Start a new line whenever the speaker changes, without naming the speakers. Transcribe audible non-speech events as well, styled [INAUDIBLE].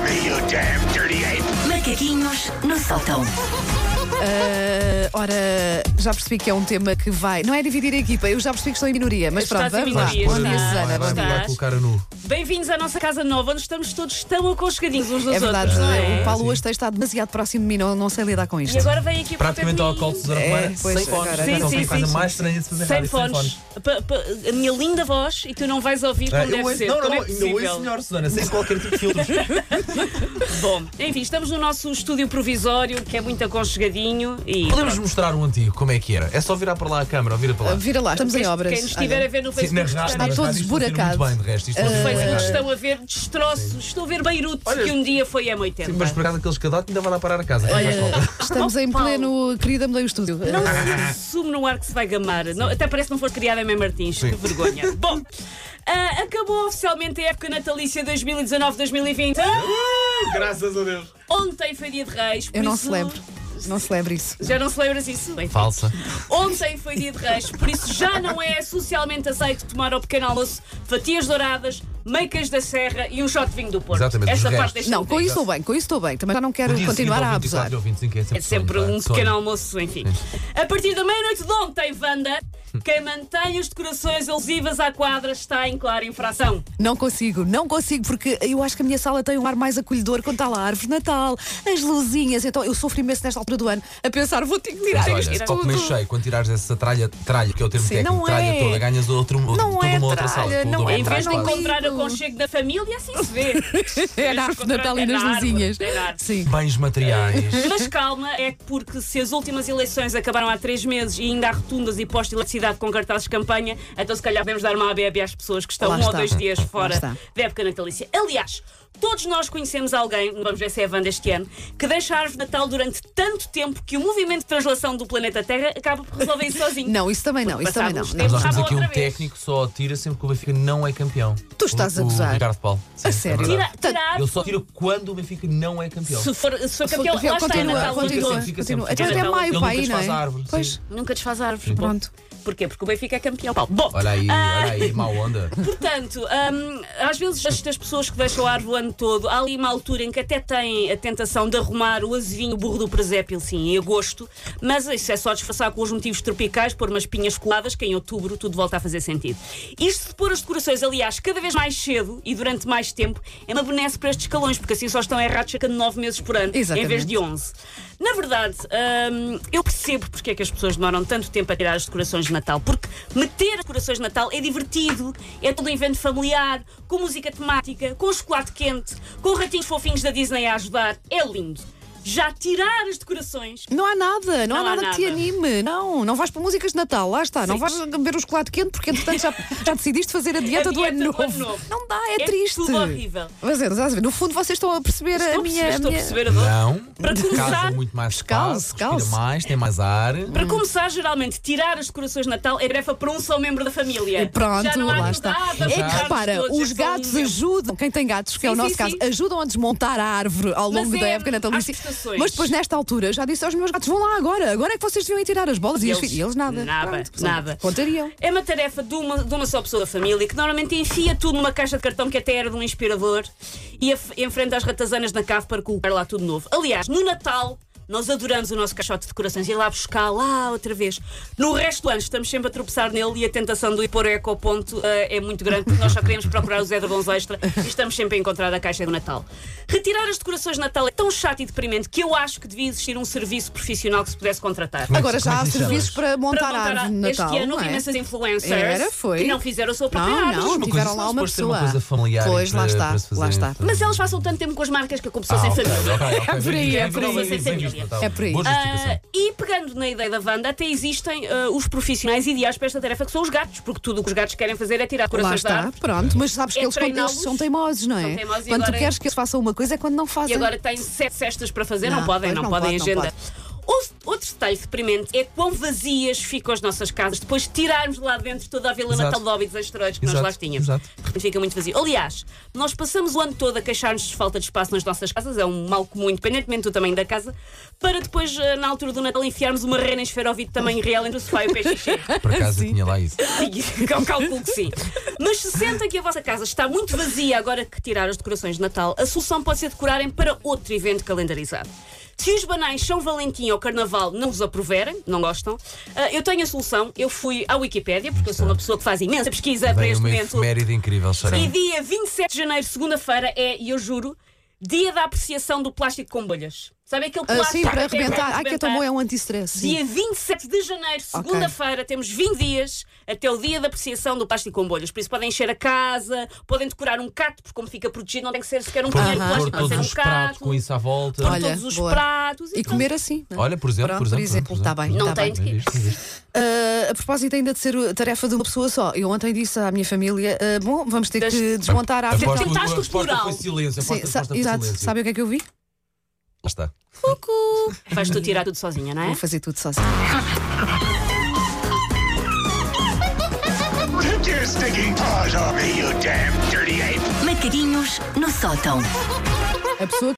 Damn dirty ape!
Macaquinhos no sótão.
Ah, ora, já percebi que é um tema que vai. Não é dividir a equipa, eu já percebi que estou em minoria, mas pronto,
Estás em
vamos lá.
minoria, é?
Bom dia,
estás.
Susana. Bom
Vai,
dia.
vai.
vai
Estás?
colocar a nu.
Bem-vindos à nossa casa nova, onde estamos todos tão aconchegadinhos uns dos
É verdade,
outros, não
o
é?
Paulo hoje tem estado demasiado próximo de mim, não, não sei lidar com isto.
E agora vem aqui para
Praticamente ao colo de Susana Romana,
É, pois,
sem fones.
agora-
Sim,
Então
sim,
tem a
sim,
coisa
sim.
mais estranha de se fazer
Sem
rádio,
fones. Pa- pa- a minha linda voz e tu não vais ouvir como
Ah, eu
deve
ouço-
ser.
não, não,
como é
ainda ouço
possível?
melhor, Susana, sem qualquer tipo de filtros.
Bom, enfim, estamos no nosso estúdio provisório, que é muito aconchegadinho e.
Podemos mostrar o antigo, como é que era? É só virar para lá a câmera, ou vira para lá.
Ah, Vira lá, estamos em
Este-
obras.
Quem nos estiver
Olha.
a ver no
Sim, na
Facebook,
ra-
está
na
na-
Está
rádio
todo
isto funciona
esburacado.
Muito bem, de resto, isto
no
funciona muito
Facebook
bem.
estão a ver destroços. Estou a ver Beirute,
Olha,
que um dia foi M80.
Sim, mas por acaso aqueles cadotes ainda vai lá parar a casa. que faz falta.
Estamos em
Oh, Paulo.
pleno. Querida, me dei o estúdio.
Não se assume no ar que se vai gamar. Não, até parece que não foi criada em Mãe Martins.
Sim.
Que
[LAUGHS]
vergonha. Bom, ah, acabou oficialmente a época natalícia 2019-2020.
Graças a Deus.
Ah! Ontem foi dia de reis. por
Eu não
isso-
celebro. Não celebro isso.
Já não celebras isso? Bem,
Falsa.
Ontem foi dia de reis, por isso já não é socialmente aceito tomar ao pequeno almoço fatias douradas, meicas da serra e um shot de vinho do Porto.
Exatamente,
Esta
os
parte
restos.
deixa
Não, com isso estou bem, com isso estou bem. Também já não quero
O dia
continuar
seguinte ao
a abusar.
24 e ao 25
É sempre
sonho,
um
pá, sonho.
pequeno almoço, enfim. A partir da meia-noite de ontem, Wanda, quem mantém as decorações alusivas à quadra está em clara infração.
Não consigo, não consigo, porque eu acho que a minha sala tem um ar mais acolhedor quando está lá a árvore de Natal, as luzinhas. Então eu sofro imenso nesta altura do ano a pensar, vou ter que tirar
Mas
isto
olha,
tudo.
copo meio cheio, quando tirares essa tralha, tralha, que é o termo
Sim,
técnico,
não
tralha
é.
toda, ganhas outro, outro,
Não
toda
é
uma outra sala.
tralha,
toda
não
uma
é.
Em
outra
vez
Atrás,
de
classe.
quase.
encontrar o aconchego da família, assim se vê.
[LAUGHS] É na árvore de Natal e
É na
nas
árvore,
luzinhas.
é na árvore.
Sim.
Bens materiais.
Mas calma, é porque se as últimas eleições acabaram há três meses e ainda há rotundas e postos de eletricidade com cartazes de campanha, então se calhar devemos dar uma ABB às pessoas que estão
Lá
um ou
está.
dois dias fora
está.
da época natalícia. Aliás, todos nós conhecemos alguém, vamos ver se é a Wanda este ano, que deixa a árvore de Natal durante tanto tempo que o movimento de translação do planeta Terra acaba por resolver isso sozinho.
Não, isso também não, isso também não.
Passámos
Não.
Mas nós temos
Acaba
aqui um
outra vez.
técnico que só tira sempre que o Benfica não é campeão.
Tu estás
O-
a gozar.
O Ricardo Paulo. Sim,
A
é
sério.
verdade.
Tira, tira a
Ele
árvore.
só tira quando o Benfica não é campeão.
Se for, se for
Sou-
campeão, lá está é
continua,
Natal.
continua,
Fica sempre, fica
continua.
sempre.
Então até
Ele
maio
nunca
para aí, não
desfaz a árvore,
é?
sim.
Pois,
Nunca desfaz árvores. Bom,
pronto.
Porquê? Porque o Benfica é campeão. Paulo. Bom,
Olha aí,
ah,
olha aí, má onda.
Portanto, hum, às vezes estas pessoas que deixam a árvore o ano todo, há ali uma altura em que até têm a tentação de arrumar o azevinho burro do presépio, sim, em agosto, mas isso é só disfarçar com os motivos tropicais, pôr umas pinhas coladas, que em outubro tudo volta a fazer sentido. Isto de pôr as decorações, aliás, cada vez mais cedo e durante mais tempo, é uma benesse para estes calões, porque assim só estão errados cerca de 9 meses por ano, em vez
Exatamente.
de 11. Na verdade, hum, eu percebo porque é que as pessoas demoram tanto tempo a tirar as decorações de Natal, porque meter as decorações de Natal é divertido, é todo um evento familiar, com música temática, com chocolate quente, com ratinhos fofinhos da Disney a ajudar, é lindo. Já tirar as decorações.
Não há nada, não, há,
Não há
nada, que te
nada.
anime. Não, não vais para músicas de Natal, lá está. Não
Sim.
vais beber o chocolate quente porque, entretanto, já, já decidiste fazer a dieta,
A
do,
dieta
ano
do
novo.
ano novo.
Não dá, é,
É
triste.
tudo horrível.
Mas é, mas, às vezes, no fundo, vocês estão a perceber
Estou
a
a
minha.
perceber, estou a
minha-
perceber a dor.
Não,
[LAUGHS] Para começar-
casa muito mais
Calce,
espaço, respira
calce.
mais, tem mais ar. Ah,
Para começar, geralmente, tirar as decorações de Natal é tarefa para um só membro da família.
E Pronto,
Já não há
lá
nada,
está.
vamos
É que
tirar-nos
repara,
todos, é
os
só um
gatos
membro.
ajudam, quem tem gatos, que é o
Sim,
nosso
sim,
caso,
sim.
ajudam a desmontar a árvore ao
Mas
longo da
é
época natalícia.
às prestações.
Mas depois, nesta altura, eu já disse aos meus gatos: vão lá agora, agora é que vocês deviam ir tirar as bolas e, as
eles-
fi- e eles nada.
nada,
Pronto,
nada.
Contariam.
É uma tarefa de uma, de uma só pessoa da família que normalmente enfia tudo numa caixa de cartão que até era de um inspirador e af- enfrenta as ratazanas na cave para colocar lá tudo novo. Aliás, no Natal. Nós adoramos o nosso caixote de decorações e ir lá buscar lá outra vez. No resto do ano estamos sempre a tropeçar nele e a tentação de ir pôr o ecoponto ponto é muito grande porque nós só queremos procurar os edredons extra e estamos sempre a encontrar a caixa do Natal. Retirar as decorações de Natal é tão chato e deprimente que eu acho que devia existir um serviço profissional que se pudesse contratar.
Como é que-
Agora já
como é
há
que se chama?
serviços para montar,
Para montar
a árvore de
a- este
Natal.
ano
não
houve
é?
imensas influencers
Era, foi.
que não fizeram a sua própria
Não,
árvore.
não,
coisa,
tiveram
isso
lá
não
uma
se pode ser uma
pessoa.
coisa familiar
pois, lá
para-
está,
para se
lá
fazer
está.
isso.
Mas eles passam tanto tempo com as marcas que a pessoa sem
Ah, ok,
família.
ok,
[LAUGHS]
ok,
É por aí, é
bem
por aí.
visto, bem visto,
É
tá bom.
por aí.
Boa justificação.
Ah, e pegando na ideia da Wanda, até existem ah, os profissionais ideais para esta tarefa, que são os gatos, porque tudo o que os gatos querem fazer é tirar
Lá
corações da
está,
árvore.
pronto, mas sabes que
É
eles, quando eles
treiná-los.
são teimosos, não é?
São teimosos e
quando tu
agora-
queres que eles façam uma coisa é quando não fazem.
E agora têm sete cestas para fazer, não,
Não,
podem,
pois
não,
não
podem
pode, não
agenda. Ou- Outro detalhe deprimente é quão vazias ficam as nossas casas depois de tirarmos de lá dentro toda a Vila
Exato.
Natal de Óbidos Asteroides que
Exato,
nós lá tínhamos.
exato.
De repente fica muito vazio. Aliás, nós passamos o ano todo a queixar-nos de falta de espaço nas nossas casas, é um mal comum, independentemente do tamanho da casa, para depois, eh, na altura do Natal, enfiarmos uma rena em esferovite de tamanho real entre o sofá e o peixe
Por acaso eu
Sim.
tinha lá isso.
[LAUGHS] Cal calculo É um que sim. Mas se sentem que a vossa casa está muito vazia agora que tirar as decorações de Natal, a solução pode ser decorarem para outro evento calendarizado. Se os banais São Valentim ou Carnaval não vos aproverem, não gostam, ah, eu tenho a solução. Eu fui à Wikipédia, porque eu sou uma pessoa que faz imensa pesquisa para
Vem
este
uma
momento.
efeméride incrível, será?
E dia 27 de janeiro, segunda-feira, é, e eu juro, dia da apreciação do plástico com bolhas. Sabe aquele
Ah,
plástico
sim, para
que é
arrebentar. Ah, que é tão bom, é um anti-stress. sim.
Dia 27 de janeiro, segunda-feira, temos 20 dias até o dia da apreciação do plástico com bolhas. Por isso podem encher a casa, podem decorar um cato, porque como fica protegido, não tem que ser sequer um
Pôr,
colher de
Aham.
pôr
plástico, pode
todos
ser um
os pratos
cato,
com isso à volta.
pôr
Olha,
todos os
boa.
pratos
E
pronto.
comer assim. não é?
Olha, por exemplo,
Pronto,
por exemplo.
por exemplo, está bem.
Não
está bem.
tem de quê?
Viste, viste.
Ah, a propósito ainda de ser uh, tarefa de uma pessoa só, eu ontem disse à minha família: ah, bom, vamos ter
Das-
que desmontar a
Aposto
árvore.
que
Tentaste
a
o
resposta
plural.
foi silêncio.
Sim,
Aposto que a
sa-
resposta foi
exato.
silêncio. Lá
Sabe o que é que eu vi?
está.
Cucu!
Vais tu tirar tudo sozinha, não é?
Vou fazer tudo sozinho.
Take your stinking paws off me, you damn dirty ape!
Macaquinhos no sótão.
A pessoa